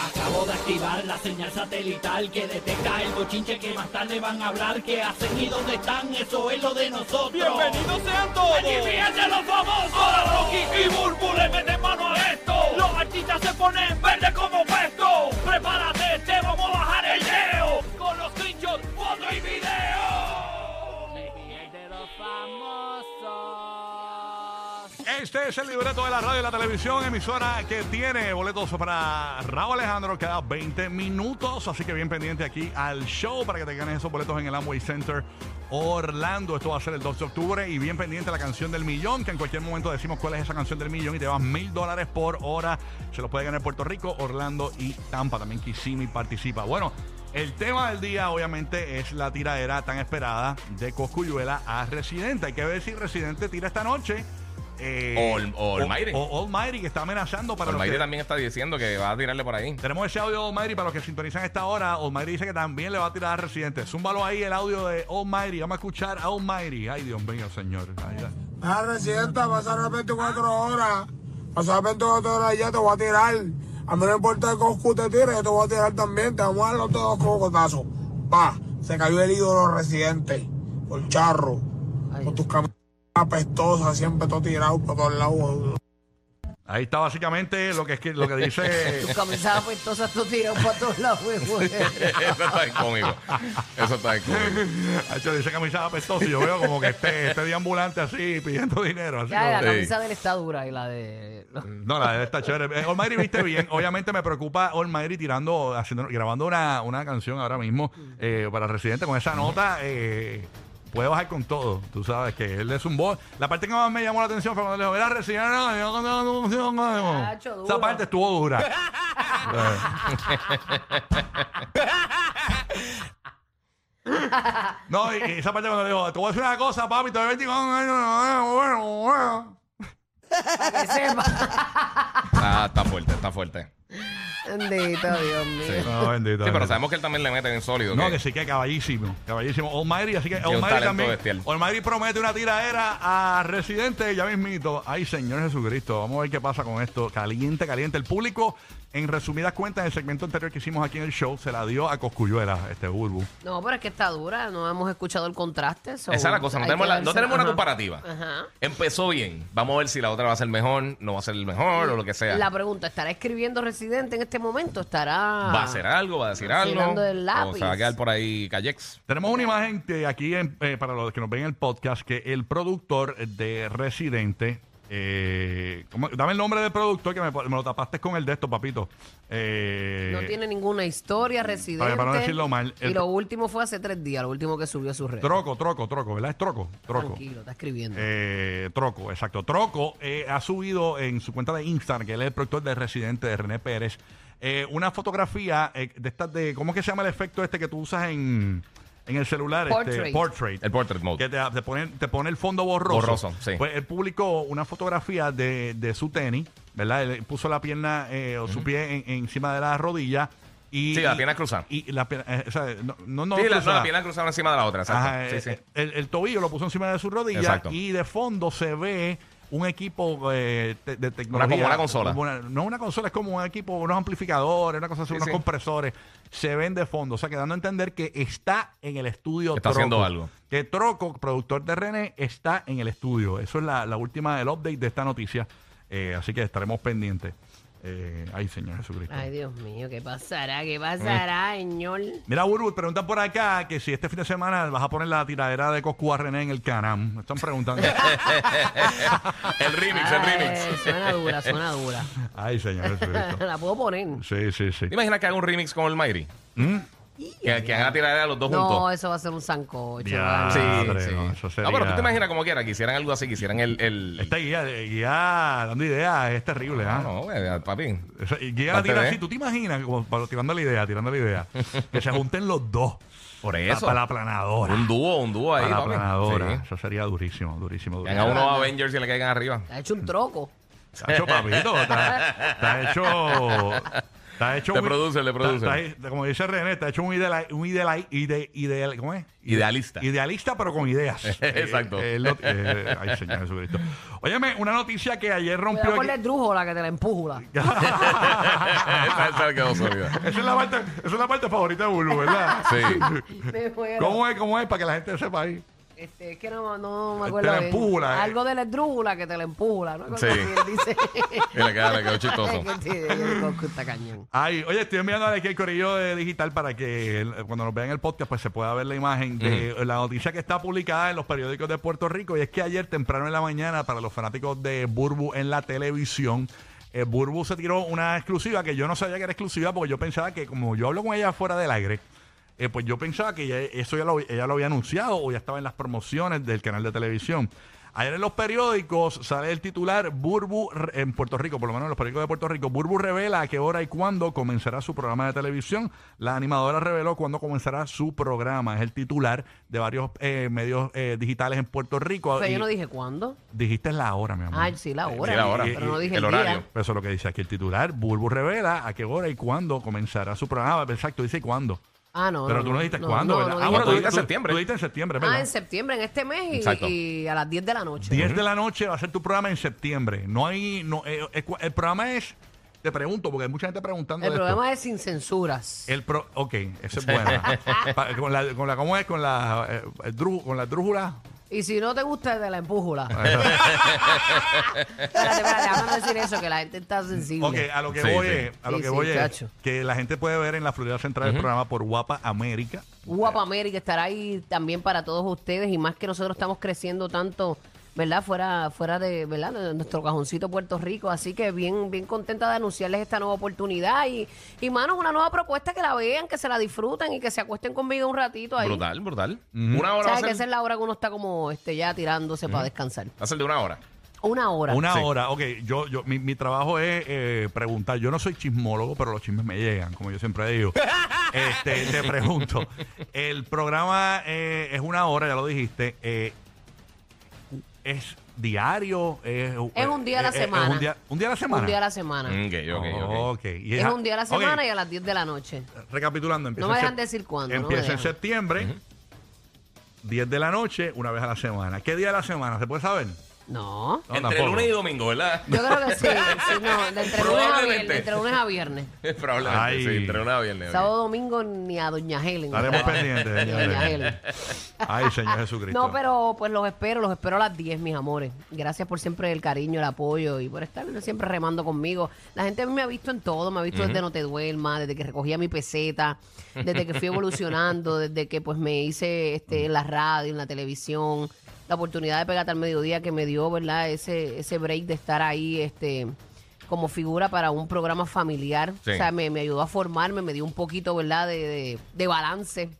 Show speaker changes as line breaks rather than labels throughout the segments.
Acabo de activar la señal satelital que detecta el bochinche que más tarde van a hablar. ¿Qué hacen y dónde están? Eso es lo de nosotros.
¡Bienvenidos sean todos!
¡Y fíjense los famosos!
Ahora Rocky y Burbu le meten mano a esto. Los artistas se ponen verde como puesto. Prepárate, te vamos a bajar el leo. Con los screenshots, foto y video.
de los famosos!
Este es el libreto de la radio y la televisión, emisora que tiene boletos para Raúl Alejandro cada 20 minutos. Así que bien pendiente aquí al show para que te ganes esos boletos en el Amway Center Orlando. Esto va a ser el 2 de octubre. Y bien pendiente la canción del millón, que en cualquier momento decimos cuál es esa canción del millón y te vas mil dólares por hora. Se los puede ganar Puerto Rico, Orlando y Tampa. También Kissimmee participa. Bueno. El tema del día, obviamente, es la tiradera tan esperada de Coscuyuela a Residente. Hay que ver si Residente tira esta noche. Eh,
Ol- Olmaire.
o- o- Olmaire, que está amenazando para
Almaire
los que-
también está diciendo que va a tirarle por ahí.
Tenemos ese audio de Olmaire para los que sintonizan esta hora. Olmaire dice que también le va a tirar a Residente. Zúmbalo ahí el audio de Olmaire. Vamos a escuchar a Olmaire. Ay, Dios mío, señor. Ay, ay.
Ah, residenta, pasaron 24 horas. Pasaron 24 horas y ya te voy a tirar. A mí no importa el coscu te tire, yo te voy a tirar también. Te vamos a dar los dos cocotazos. Pa, se cayó el ídolo residente. Por charro. Con tus camisas apestosas, siempre todo tirado por todos lados.
Ahí está básicamente lo que, es que- lo que dice...
Tus camisas apestosas, tú tirado para todos lados, güey.
Eso está bien cómico. Eso está bien cómico.
Hacho, dice camisa apestosa y yo veo como que este, este deambulante así pidiendo dinero. Así
Ya, la
Sí.
camisa de él está dura y la de.
No, la de está chévere. Eh, Olmairi viste bien. Obviamente me preocupa Olmairi tirando, haciendo, grabando una, una canción ahora mismo eh, para Residente con esa nota. eh, puede bajar con todo. Tú sabes que él es un voz. La parte que más me llamó la atención fue cuando le dijo, mira, Residente, no, yo no, no, no, no".
Chacho, duro.
Esa parte estuvo dura. no, y, y esa parte cuando le dijo, te voy a decir una cosa, papi, te voy a decir,
Para que sepa.
Ah, está fuerte, está fuerte.
Bendito, Dios mío.
Sí.
No, bendito.
Sí, pero
bendito.
sabemos que él también le mete bien sólido.
No,
que-
que sí que caballísimo, caballísimo. Olmairi, así que
un
Olmairi
talento
también.
bestial.
Olmairi promete una tiradera a Residente, ya mismito. Ay, Señor Jesucristo, vamos a ver qué pasa con esto. Caliente, caliente. El público, en resumidas cuentas, en el segmento anterior que hicimos aquí en el show, se la dio a Coscuyuela, este Burbu.
No, pero es que está dura. No hemos escuchado el contraste. so-
Esa es la cosa, no
hay
tenemos,
que
la-
verse-
no tenemos una
Ajá.
comparativa.
Ajá.
Empezó bien. Vamos a ver si la otra va a ser mejor, no va a ser el mejor o lo que sea.
La pregunta: ¿estará escribiendo residente en este momento? ¿Estará.?
¿Va a hacer algo? ¿Va a decir algo?
Vacilando del
O se va a
lápiz.
quedar por ahí Callex.
Tenemos una imagen de aquí en- eh, para los que nos ven en el podcast que el productor de Residente. eh, ¿cómo? dame el nombre del productor que me, me lo tapaste con el de esto, papito. Eh,
No tiene ninguna historia residente.
para no decirlo mal, el-
Y lo último fue hace tres días, lo último que subió a su red.
Troco, troco, troco, ¿verdad? Es troco, troco.
Tranquilo, está escribiendo.
Eh, Troco, exacto. Troco eh, ha subido en su cuenta de Instagram, que él es el productor de Residente de René Pérez, eh, una fotografía eh, de estas de. ¿Cómo es que se llama el efecto este que tú usas en, en el celular? Este,
Portrait.
portrait.
El portrait mode.
Que te, te pone, te pone el fondo borroso.
Borroso, sí.
Pues él publicó una fotografía de, de su tenis, ¿verdad? Él puso la pierna eh, o su pie en- encima de la rodilla. Y,
Sí, la pierna cruzada.
Y la pierna, eh, o sea, no, no, no
sí, la, no,
cruzada.
la pierna cruzada encima de la otra. exacto.
Ajá,
sí,
eh,
sí.
eh, El, el tobillo lo puso encima de su rodilla
Exacto.
y de fondo se ve un equipo eh, te- de tecnología.
como una consola.
como una- no una consola, es como un equipo, unos amplificadores, una cosa así,
Sí,
unos
sí.
compresores. Se ven de fondo, o sea, que dando a entender que está en el estudio
Está
Troco.
haciendo algo.
Que Troco, productor de René, está en el estudio. Eso es la, la última, el update de esta noticia. Eh, así que estaremos pendientes. Eh, ay, Señor Jesucristo.
Ay, Dios mío, ¿qué pasará?
Mm.
¿Qué pasará, señor?
Mira, Burbu, preguntan por acá que si este fin de semana vas a poner la tiradera de Coscu a René en el Canam. Me están preguntando. eh.
el remix, el
Ay,
remix.
Suena dura, suena dura.
Ay, señor Jesucristo.
La puedo poner.
Sí, sí, sí.
¿Te imaginas que haga un remix con el Mayri?
¿Mm?
Que, que hagan a tirar a los dos
No,
juntos.
eso va a ser un sancocho.
Ya.
vale.
Sí,
Madre,
sí.
no, eso
Ah, pero tú
sería-
te imaginas como quiera, que hicieran algo así, que hicieran el. el...
Esta guía, guía dando ideas es terrible,
Ah,
¿ah?
no, eh, papi.
Esa- y Guía la
Parte
tira
de-
así. ¿Tú te imaginas? Como para- tirando la idea, tirando la idea. que se junten los dos.
Por
pa-
eso.
Para la planadora.
Un dúo, un dúo ahí,
para la
papi.
planadora.
Sí.
Eso sería durísimo, durísimo,
Que hagan
durísimo.
unos Avengers y le caigan arriba.
Ha hecho un troco.
Está hecho papito. Está, está hecho... Está hecho
Te
un-
produce, le
está-
produce.
está he- como dice René, está hecho un, ideal, un ideal, ide- ideal- ¿cómo es?
Idealista.
Idealista, pero con ideas.
Exacto.
Eh, eh, lo- eh, ay, Señor Jesucristo. Óyeme, una noticia que ayer rompió.
Cuidado con la
aquí-
esdrújula que te la empujula.
esa, esa me quedó sólida.
Esa es la parte, esa es la parte favorita de Bulu, ¿verdad?
Sí.
Me muero.
¿Cómo es? ¿Cómo es? Para que la gente sepa ahí.
Este, es que no, no me
Te
acuerdo.
la
bien.
empujula, eh.
Algo de la esdrújula que te la empujula. ¿no? Algo
Sí.
así, él dice.
Y le queda- le quedó chistoso.
Que sí, yo digo, "Cu- está cañón.
Ay, oye, estoy enviando aquí el correo de digital para que el- cuando nos vean el podcast, pues se pueda ver la imagen de la noticia que está publicada en los periódicos de Puerto Rico. Y es que ayer, temprano en la mañana, para los fanáticos de Burbu en la televisión, eh, Burbu se tiró una exclusiva que yo no sabía que era exclusiva porque yo pensaba que, como yo hablo con ella fuera del aire, eh, pues yo pensaba que ya- eso ya lo, ella lo había anunciado o ya estaba en las promociones del canal de televisión. Ayer en los periódicos sale el titular Burbu re- en Puerto Rico, por lo menos en los periódicos de Puerto Rico. Burbu revela a qué hora y cuándo comenzará su programa de televisión. La animadora reveló cuándo comenzará su programa. Es el titular de varios eh, medios eh, digitales en Puerto Rico.
Pero
Y
yo no dije cuándo.
Dijiste la hora, mi amor. Pues
Ah, sí, la hora.
sí, la hora.
Pero no dije
El
el,
horario.
día.
Eso es lo que dice aquí el titular. Burbu revela a qué hora y cuándo comenzará su programa. Exacto, dice cuándo.
Ah, no.
Pero
no,
tú no dijiste
no,
cuándo,
no,
¿verdad?
no
ah,
dije
bueno, tú
cuándo.
dijiste
en septiembre.
Tú dijiste en septiembre, ¿verdad?
Ah, en septiembre, en este mes
Exacto.
y, y a las 10 de la noche.
10 de la noche va a ser tu programa en septiembre. No hay. No, eh, eh, cu- el programa es. Te pregunto, porque hay mucha gente preguntando.
El
de esto.
programa es sin censuras.
El pro, ok, eso es bueno. Pa- con, la, con la. ¿Cómo es? Con la. eh, el dru- con la drújula.
Y si no te gusta, te la empújula. espérate, espérate, déjame decir eso, que la gente está sensible.
Ok, ah, a lo que
Sí,
voy
sí.
es. A lo
Sí,
que
sí,
voy es
chacho.
Que la gente puede ver en la Florida Central el programa por Guapa América.
Guapa América estará ahí también para todos ustedes y más que nosotros estamos creciendo tanto, ¿verdad? Fuera, fuera de, ¿verdad? de nuestro cajoncito Puerto Rico. Así que bien, bien contenta de anunciarles esta nueva oportunidad y, y manos, una nueva propuesta que la vean, que se la disfruten y que se acuesten conmigo un ratito ahí.
Brutal, brutal. Una hora va a
¿Sabes que
ser.
esa es la hora que uno está como este ya tirándose para descansar?
Va a ser de una hora.
Una hora.
Una
Sí.
hora, ok. Yo, yo, mi, mi trabajo es eh, preguntar. Yo no soy chismólogo, pero los chismes me llegan, como yo siempre digo. este, te pregunto. El programa eh, es una hora, ya lo dijiste. eh, es diario. Es,
Es un día a la
eh, eh, es
semana.
un, día, un día a la semana. Oh,
Un día a la semana.
Mm,
Mm, Ok, ok, ok.
Ok, y
Es un día a la
ok,
semana y a las 10 de la noche.
Recapitulando, empieza.
me
en
dejan
sep-
decir cuándo, no me
Empieza en
dejan.
septiembre, 10 de la noche, una vez a la semana. ¿Qué día de la semana? ¿Se puede saber?
No.
No,
Entre
tampoco.
lunes y domingo, ¿verdad?
Yo creo que sí. sí, no, de entre, lunes a viernes,
Probablemente.
de entre lunes a viernes.
Probablemente,
Ay.
sí, entre una a viernes. ok.
Sábado, domingo, ni a Doña Helen.
Estaremos
Ni a
pendientes,
Doña
señores.
Helen.
Ay, Señor Jesucristo.
No, pero pues los espero, los espero a las 10, mis amores. Gracias por siempre el cariño, el apoyo y por estar siempre remando conmigo. La gente a mí me ha visto en todo, me ha visto desde No Te Duerma, desde que recogía mi peseta, desde que fui evolucionando, desde que pues me hice este, en la radio, en la televisión, la oportunidad de pegarte al mediodía que me dio, ¿verdad? Ese, ese break de estar ahí, este como figura para un programa familiar.
Sí.
O sea, me, me ayudó a formarme, me dio un poquito, ¿verdad?, de- de- de balance.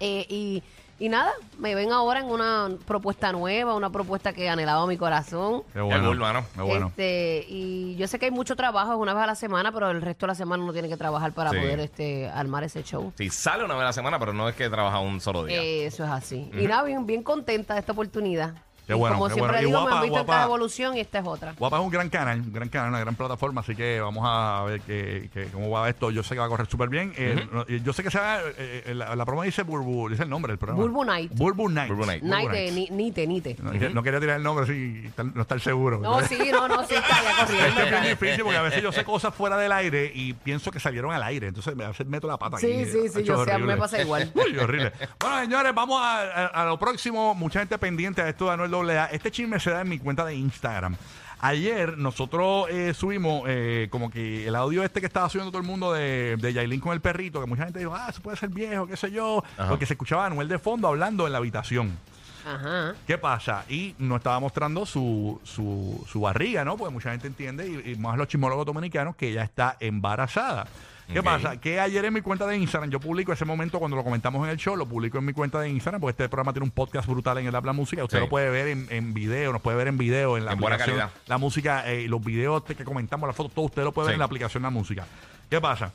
Eh, y, y nada, me ven ahora en una propuesta nueva, una propuesta que anhelaba mi corazón.
Qué bueno,
Qué cool, mano.
Qué bueno.
Este, y yo sé que hay mucho trabajo, es una vez a la semana, pero el resto de la semana uno tiene que trabajar para
Sí.
poder este, armar ese show.
Sí, sale una vez a la semana, pero no es que trabaja un solo
pues
día.
Eh, Eso es así. Y nada, bien, bien contenta de esta oportunidad.
Qué
Y
bueno,
como
qué
siempre
bueno. Y
digo, me
guapa,
han visto en
guapa.
cada evolución y esta es otra.
Guapa es un gran canal, un gran canal, una gran plataforma, así que vamos a ver que, que cómo va esto. Yo sé que va a correr súper bien. Eh, no, eh, Yo sé que se va, eh, eh, la, la promo dice Burbu, dice el nombre del programa.
Burbu Night.
Burbu Night.
Burbu Night.
Night de
Nights.
ni- Nite, Nite.
No, que- no quería tirar el nombre así, tal- no estar seguro.
No, sí, no, no, sí, está ya corriendo.
Esto es bien
está.
difícil porque a veces yo sé cosas fuera del aire y pienso que salieron al aire. Entonces me a veces meto la pata
Sí,
aquí.
sí, sí,
Hacho,
yo sé, a mí
horrible.
me pasa igual.
Uy, horrible. Bueno, señores, vamos a, a- a lo próximo. Mucha gente pendiente a esto de Anuel AA. Este chisme se da en mi cuenta de Instagram. Ayer nosotros eh, subimos eh, como que el audio este que estaba subiendo todo el mundo de, de Yailin con el perrito, que mucha gente dijo, ah, eso puede ser viejo, qué sé yo,
Ajá.
porque se escuchaba a Anuel de fondo hablando en la habitación.
Ajá.
¿Qué pasa? Y no estaba mostrando su, su, su barriga, ¿no? Porque mucha gente entiende, y, y más los chismólogos dominicanos, que ella está embarazada. ¿Qué
Ok.
pasa? Que ayer en mi cuenta de Instagram, yo publico ese momento cuando lo comentamos en el show, lo publico en mi cuenta de Instagram, porque este programa tiene un podcast brutal en el Habla Música. Usted
Sí.
lo puede ver en, en video, nos puede ver en video, en la
En buena
aplicación,
calidad.
La música, eh, los videos que comentamos, las fotos, todo usted lo puede ver
Sí.
en la aplicación La Música. ¿Qué pasa?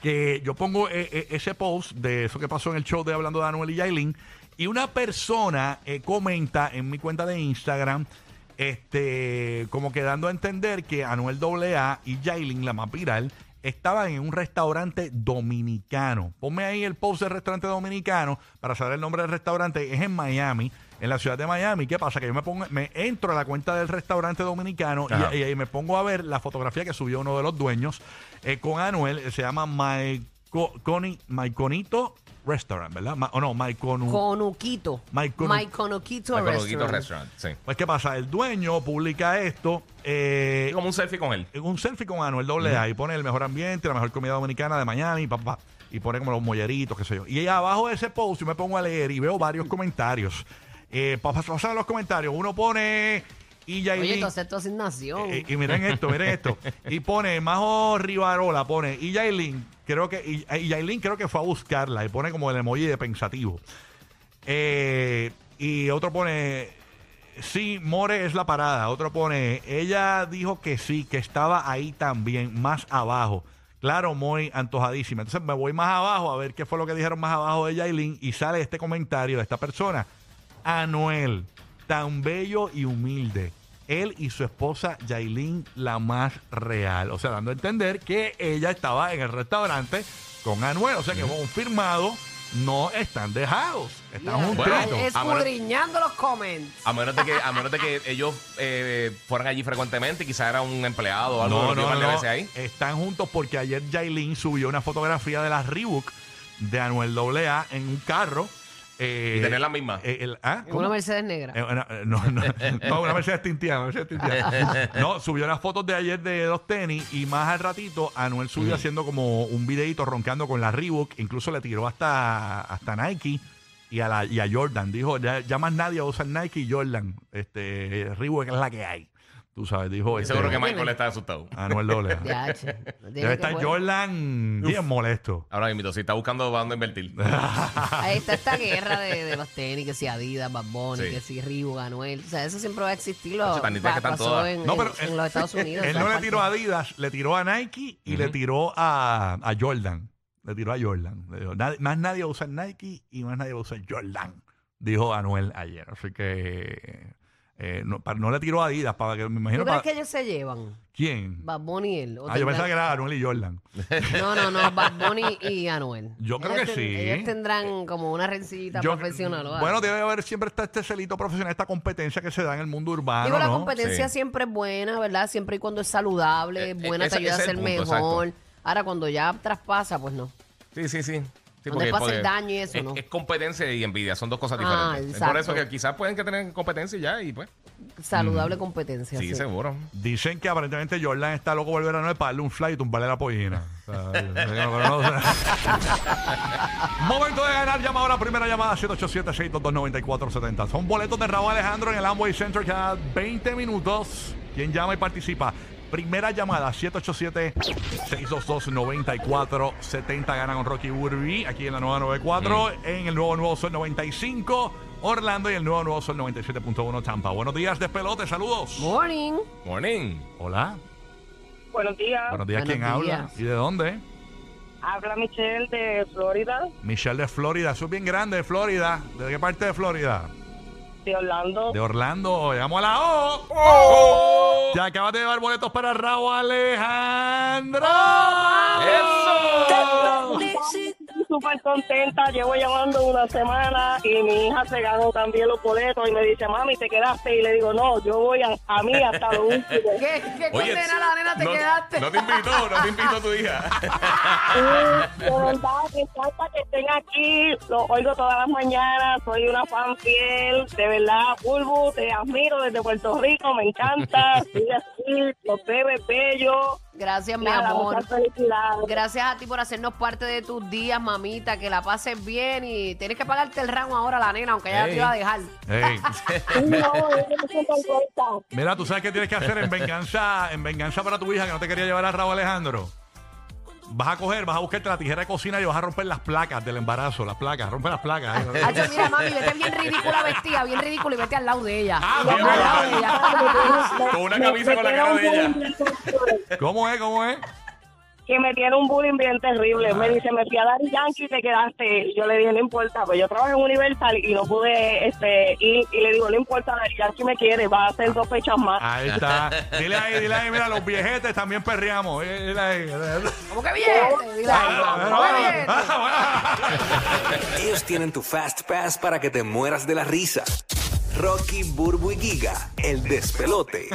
que yo pongo eh, eh, ese post de eso que pasó en el show de Hablando de Anuel y Yailin y una persona eh, comenta en mi cuenta de Instagram este como que dando a entender que Anuel AA y Yailin, la más viral, estaban en un restaurante dominicano. Ponme ahí el post del restaurante dominicano para saber el nombre del restaurante. Es en Miami, en la ciudad de Miami. ¿Qué pasa? Que yo me, pongo, me entro a la cuenta del restaurante dominicano y-
Ajá.
y, ahí me pongo a ver la fotografía que subió uno de los dueños eh, con Anuel. eh, Se llama Maiconito Restaurant, ¿verdad? Ma- o no, Maiconu.
Conuquito.
Maiconu-
Maiconu-quito
Michael Oguito
Restaurant.
Restaurant, sí.
Pues, ¿qué pasa? El dueño publica esto. eh,
Y como un selfie con él.
un selfie con Anuel doble A y pone el mejor ambiente, la mejor comida dominicana de Miami, papá. Y pone como los molleritos, qué sé yo. Y ahí abajo de ese post yo me pongo a leer y veo varios comentarios. Eh, pa- pa- pasan los comentarios. Uno pone y
Oye,
Yailin.
tú haces tu asignación.
eh, y miren esto, miren esto. Y pone Majo Rivarola, pone y Yailin, creo que, y, y Yailin creo que fue a buscarla. Y pone como el emoji de pensativo. Eh, y otro pone, sí, More es la parada. Otro pone, ella dijo que sí, que estaba ahí también, más abajo. Claro, muy antojadísima. Entonces me voy más abajo a ver qué fue lo que dijeron más abajo de Yailin y sale este comentario de esta persona. Anuel, tan bello y humilde. Él y su esposa Yailin, la más real. O sea, dando a entender que ella estaba en el restaurante con Anuel. O sea, que confirmado, no están dejados. Están
Mira,
Bueno,
juntitos.
es-
Escudriñando los comments.
A menos de que, a menos de que ellos eh, fueran allí frecuentemente, quizás era un empleado o algo.
No,
lo vio
no,
un par de
no.
veces ahí.
Están juntos porque ayer Jailin subió una fotografía de las Reebok de Anuel AA en un carro. eh,
Y tener la misma.
eh, el- ¿ah? ¿Cómo?
Una Mercedes negra.
Eh, una- eh, no, no, no, una Mercedes tinteada, una Mercedes tinteada. No, subió las fotos de ayer de los tenis y más al ratito Anuel subió haciendo como un videito roncando con la Reebok. Incluso le tiró hasta, hasta Nike y a, la, y a Jordan. Dijo, ya, ya más nadie usa Nike y Jordan. Este, Reebok es la que hay. Tú sabes, dijo.
Y
este,
seguro que Michael está asustado.
Anuel Doble.
Ya, che. No tiene
Debe
que
estar
poder-
Jordan bien molesto.
Ahora mismo, si está buscando para dónde invertir.
Ahí está esta guerra de, de los tenis, que si Adidas, Bad Bunny,
Sí.
que si Reebok, Anuel. O sea, eso siempre va a existir. Lo,
Ocho, tan nítidas
pa-
que están
pasó
todas.
en,
No, pero
en
él-
los Estados Unidos.
Él
en
no le
todas
tiró a Adidas, le tiró a Nike y le tiró a, a Jordan. Le tiró a Jordan. Le dijo, "Nad- más nadie va a usar Nike y más nadie va a usar Jordan. Dijo Anuel ayer. Así que eh, no, pa- no le tiró a Adidas para que me
partes.
imagino
¿Tú
para
crees que ellos se llevan?
quién.
Bad Bunny y él. o
Ah, yo
tendrán-
pensaba que era Anuel y Jordan.
No, no, no, Bad Bunny y Anuel.
Yo creo
Ellos
que
ten-
sí.
Ellos tendrán como una rencillita
Yo-
profesional. o algo.
bueno, debe haber siempre está este celito profesional, esta competencia que se da en el mundo urbano.
Digo, la
¿no?
competencia
Ah, Sí.
siempre es buena, ¿verdad? Siempre y cuando es saludable,
Eh,
es buena,
eh,
te
ese-
ayuda a
ese es
ser
el punto,
mejor. Ahora, cuando ya traspasa, pues no.
Sí, sí, sí. Sí,
Donde pasa el daño y eso,
es,
¿no?
es competencia y envidia, son dos cosas
Ah,
diferentes. Es
exacto.
por eso que quizás pueden que tener competencia y ya y pues.
Saludable competencia.
Sí,
sí.
seguro.
Dicen que aparentemente Jordan está loco volver a Noel para darle un fly y tumbarle la pollina. O sea, no, no, no, no. Momento de ganar, llama ahora, primera llamada 787-622-9470. Son boletos de Raúl Alejandro en el Amway Center cada 20 minutos. Quien llama y participa? Primera llamada 787-622-9470. Gana con Rocky Burby aquí en la nueva 94, en el nuevo Nuevo Sol 95, Orlando y el nuevo Nuevo Sol 97.1 Tampa. Buenos días, despelote, saludos.
Morning.
Morning.
Hola.
Buenos días.
Buenos días, ¿quién
Buenos
habla?
días.
¿Y de dónde?
Habla Michelle de Florida,
Michelle de Florida. Eso es bien grande, de Florida. ¿De qué parte de Florida?
de Orlando.
De Orlando. Llegamos a la O. Te acabas de llevar boletos para Raúl Alejandro.
¡Eso!
Súper contenta, llevo llamando una semana y mi hija se ganó también los boletos y me dice, mami, ¿te quedaste? Y le digo, no, yo voy a, a mí hasta lo último.
¿Qué, qué
Oye,
condena la nena te
no,
quedaste?
No te invitó, no te invitó tu hija.
Y de verdad, me encanta que estén aquí, los oigo todas las mañanas, soy una fan fiel, de verdad, Bulbu, te admiro desde Puerto Rico, me encanta, sigue así, los bebés bellos.
Gracias, mi
Nada,
amor.
muchas felicidades.
Gracias a ti por hacernos parte de tus días, mamita. Que la pases bien y tienes que pagarte el round ahora a la nena, aunque ya
Ey.
te iba a dejar.
Ey,
No, yo me siento contenta.
mira, tú sabes qué tienes que hacer en venganza, en venganza para tu hija que no te quería llevar a Raúl Alejandro. Vas a coger, vas a buscarte la tijera de cocina y vas a romper las placas del embarazo, las placas, rompe las placas.
Hacho, mira, mami, vete bien ridícula vestida, bien ridícula y vete al lado de ella.
Ah,
Al
bien,
lado de
bien.
ella.
Con una camisa con la cara de ella.
¿Cómo es? ¿Cómo es?
que me tiene un bullying bien terrible. Me dice, me fui a dar Yankee y te quedaste. Y yo le dije, no importa, pues yo trabajo en Universal y no pude este ir. Y le digo, no importa, Daddy Yankee me quiere, va a hacer dos fechas más.
Ahí está. Dile ahí, dile ahí, mira, los viejetes también perreamos. Eh, Dile ahí.
¿Cómo que
Ah,
bien? Dile ahí, ¿cómo que bien?
Ah,
Ellos tienen tu Fast Pass para que te mueras de la risa. Rocky, Burbu y Giga, el despelote.